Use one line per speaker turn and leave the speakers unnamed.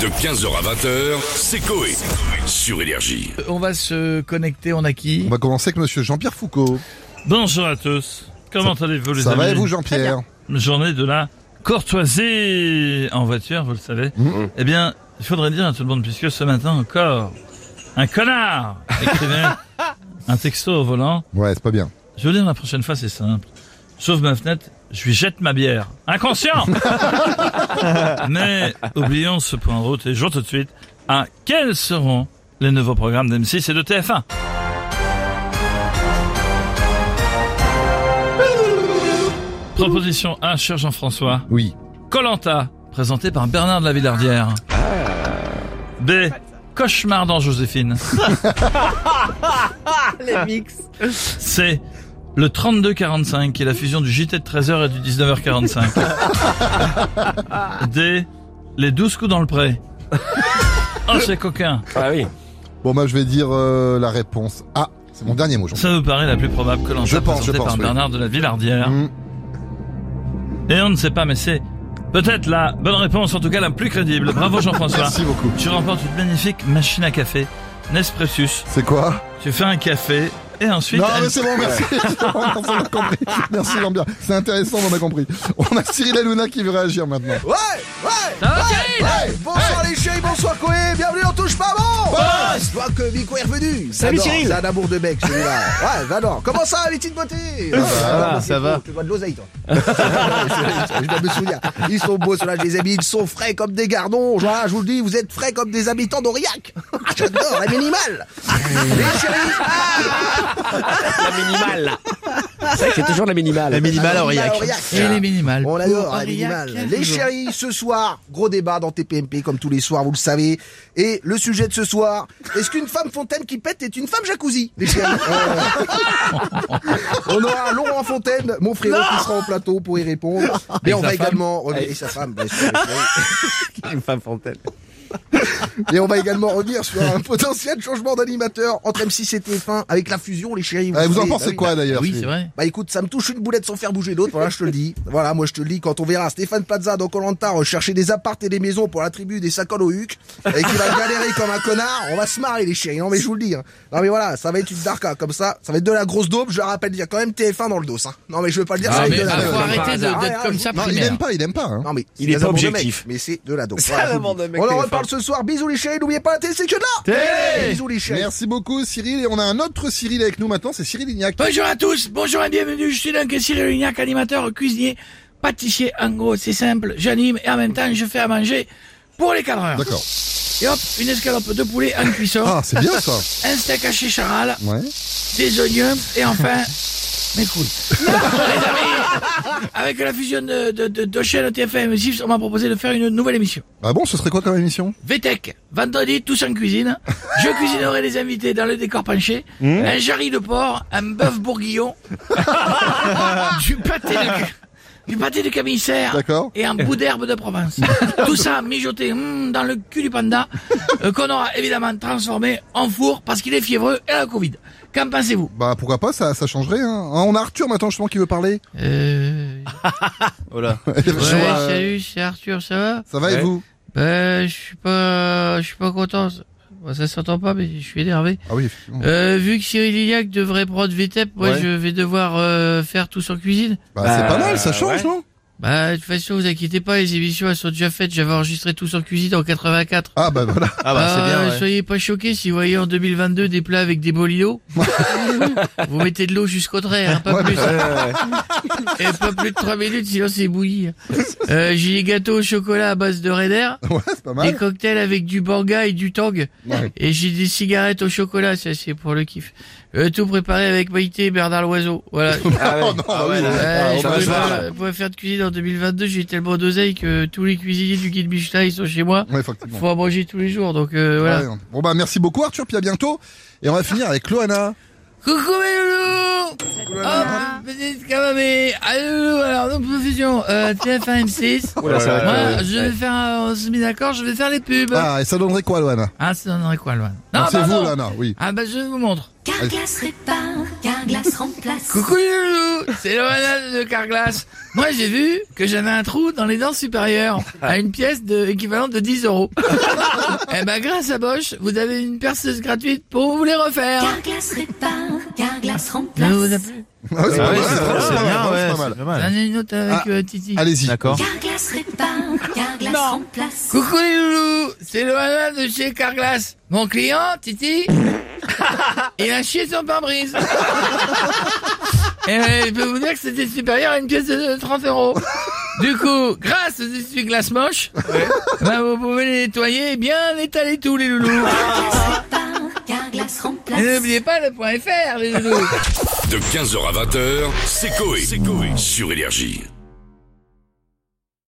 De 15h à 20h, c'est Coé. Sur Énergie.
On va se connecter, on a qui
On va commencer avec monsieur Jean-Pierre Foucault.
Bonjour à tous. Comment allez-vous les
Ça
amis
va et vous Jean-Pierre
Une journée de la courtoisie en voiture, vous le savez.
Mm.
Eh bien, il faudrait dire à tout le monde, puisque ce matin encore, un connard écrivait un texto au volant.
Ouais, c'est pas bien.
Je veux dire, la prochaine fois, c'est simple. Sauf ma fenêtre, je lui jette ma bière. Inconscient Mais oublions ce point de route et jouons tout de suite à quels seront les nouveaux programmes d'M6 et de TF1. Proposition 1, cher Jean-François.
Oui.
Colanta, présenté par Bernard de la Villardière.
Ah.
B. Cauchemar dans Joséphine. C'est le 32-45, qui est la fusion du JT de 13h et du 19h45. D. Les 12 coups dans le pré. Oh, c'est coquin.
Bon, bah je vais dire euh, la réponse Ah, C'est mon dernier mot, Jean-Pierre.
Ça vous paraît la plus probable que l'on
Je
soit
pense, je
présenté par
pense, oui.
Bernard de la Villardière.
Mm.
Et on ne sait pas, mais c'est peut-être la bonne réponse, en tout cas la plus crédible. Bravo Jean-François.
Merci beaucoup.
Tu remportes une magnifique machine à café Nespressus.
C'est quoi
Tu fais un café et ensuite...
Non,
elle-
mais c'est bon, merci. on a compris. Merci Jean-Pierre. C'est intéressant, on a compris. On a Cyril Hanouna qui veut réagir maintenant.
Ouais, ouais, ouais, Bonsoir les chéris, bonsoir Koé, bienvenue dans Touche pas bon Je vois que Vico est revenu Salut Cyril C'est un amour de mec celui-là Ouais, j'adore Comment ça les petites beautés Ça va, ça va Tu vois de l'oseille toi Je dois me souvenir Ils sont beaux ceux-là, je les ai mis, ils sont frais comme des gardons Voilà, je vous le dis, vous êtes frais comme des habitants d'Aurillac Ah, J'adore, la minimale Les chéris
C'est toujours la
Ah,
minimale. La minimale.
à Aurillac
Et les minimales.
On
pour
l'adore, la
Aurillac.
minimale. Les chéris, ce soir, gros débat dans TPMP, comme tous les soirs, vous le savez. Et le sujet de ce soir, est-ce qu'une femme fontaine qui pète est une femme jacuzzi Les chéris. Euh, on aura Laurent Fontaine, mon frérot, qui sera au plateau pour y répondre. Mais on va également... revenir- Et sa femme, bien sûr, bien sûr.
Une femme fontaine.
Et on va également revenir sur un potentiel changement d'animateur entre M6 et TF1 avec la fusion, les chéris.
Eh, vous en
savez, bah
pensez
oui.
quoi d'ailleurs
Oui,
Cyril
c'est vrai.
Bah écoute, ça me touche une boulette sans faire bouger l'autre, voilà, je te le dis. Voilà, moi je te le dis, quand on verra Stéphane Plaza dans Colanta rechercher des appartes et des maisons pour la tribu des sacoles au huc, et qu'il va galérer comme un connard, on va se marrer les chéris, non mais je vous le dis. hein. Non mais voilà, ça va être une darka comme ça, ça va être de la grosse daube, je le rappelle, il y a quand même TF1 dans le dos, hein. Non mais je veux pas le dire, ça va
Ah, mais
être de
bah,
la
faut
daube.
arrêter de-
Ah,
d'être
ah,
comme ça
Non, il
primaire.
aime pas, il aime pas. Hein.
non mais
Il est
des
pas
amours de
objectif.
mec, mais c'est de la dope.
C'est
Voilà,
un
je vous le
amour de
dis.
mec,
On en
TF1.
reparle ce soir. Bisous les chéris, n'oubliez pas la télé, c'est que de là. Bisous les chéris.
Merci beaucoup Cyril. Et on a un autre Cyril avec nous maintenant, c'est Cyril Lignac.
Bonjour à tous, bonjour et bienvenue, je suis donc Cyril Lignac, animateur, cuisinier, pâtissier, en gros c'est simple, j'anime et en même temps je fais à manger pour les cadreurs.
D'accord.
Et hop, une escalope de poulet en cuisson,
Ah, c'est bien ça.
un steak haché charal,
Ouais.
des oignons et enfin mes couilles. les amis, avec la fusion de, de, de, de chaînes TF1 et M6, on m'a proposé de faire une nouvelle émission.
Ah bon, ce serait quoi comme émission
VTech, vendredi, tous en cuisine. Je cuisinerai les invités dans le décor penché. Un jarry de porc, un bœuf bourguignon, du pâté de, du pâté de commissaire
D'accord.
et un bout d'herbe de Provence. Tout ça mijoté hmm, dans le cul du panda, euh, qu'on aura évidemment transformé en four parce qu'il est fiévreux et a la Covid. Qu'en pensez-vous
Bah pourquoi pas, ça, ça changerait. Hein. Hein, On a Arthur maintenant justement qui veut parler.
Euh... Ouais,
Sur, euh,
salut, c'est Arthur, ça va
Ça va et vous
Bah, je suis pas, je suis pas content. Bah, ça s'entend pas, mais je suis énervé.
Ah oui, effectivement.
Euh, vu que Cyril Lignac devrait prendre VTEP, moi,
Ouais.
je vais devoir euh, faire tous en cuisine.
Bah, c'est pas mal, ça change,
Euh, ouais.
non
Bah, de toute façon, vous inquiétez pas, les émissions, elles sont déjà faites. J'avais enregistré tous en cuisine en 84.
Ah bah voilà.
Ah
Ah, Soyez pas choqués si vous voyez en 2022 des plats avec des bolios. vous mettez de l'eau jusqu'au trait, hein, pas
Ouais,
plus. Et pas plus de 3 minutes, sinon c'est bouilli. Euh, J'ai les gâteaux au chocolat à base de Raider,
Ouais, c'est pas
des
mal.
cocktails avec du banga et du tang.
Ouais.
Et j'ai des cigarettes au chocolat, ça c'est pour le kiff. Euh, tout préparé avec Maïté et Bernard Loiseau. Voilà.
Oh non, bah oui, ouais.
Ouais, je
on va
pouvais
se voir,
pas- pouvais faire de cuisine en 2022, j'ai tellement d'oseille que tous les cuisiniers du guide Michelin, ils sont chez moi.
Ouais, effectivement.
Faut en manger tous les jours, donc euh, voilà.
Ouais, Bon bah merci beaucoup Arthur, puis à bientôt. Et on va finir avec Loana.
Coucou mes loulous Hop, petite camamée Allez loulou, alors donc profusion, euh, TF1 M6.
Oula, ça va être, euh,
Moi, je vais faire, euh, on se met d'accord, je vais faire les pubs. Ah,
Ah, et ça donnerait quoi Loana
ça donnerait quoi, Loan
Donc,
Non,
Ah, C'est vous
pardon
Loana, oui.
Ah bah je vous montre.
Carglass répare, Carglass remplace.
Coucou les loulous, c'est Loana de Carglass. Moi j'ai vu que j'avais un trou dans les dents supérieures à une pièce de, équivalente de 10 euros. Eh ben grâce à Bosch, vous avez une perceuse gratuite pour vous les refaire.
Carglass répare, Carglass
Ça vous a
remplace.
plu
Ah oui, c'est pas mal,
c'est
c'est
vrai,
pas
c'est
mal,
bien,
c'est
ouais,
pas
c'est
mal.
pas mal.
J'en ai une autre avec
Ah,
euh, Titi.
Allez-y.
D'accord.
Carglass répare, Carglass remplace.
Coucou les loulous, c'est Loana de chez Carglass. Mon client, Titi, il a chié son pare-brise. Et euh, je peux vous dire que c'était supérieur à une pièce de 30 euros. Du coup, grâce aux essuie-glaces moches, ben, vous pouvez les nettoyer et bien étaler tout les loulous.
Carglass répare, Carglass remplace.
Et n'oubliez pas le point .fr les loulous.
De 15h à 20h, c'est Coé sur Énergie.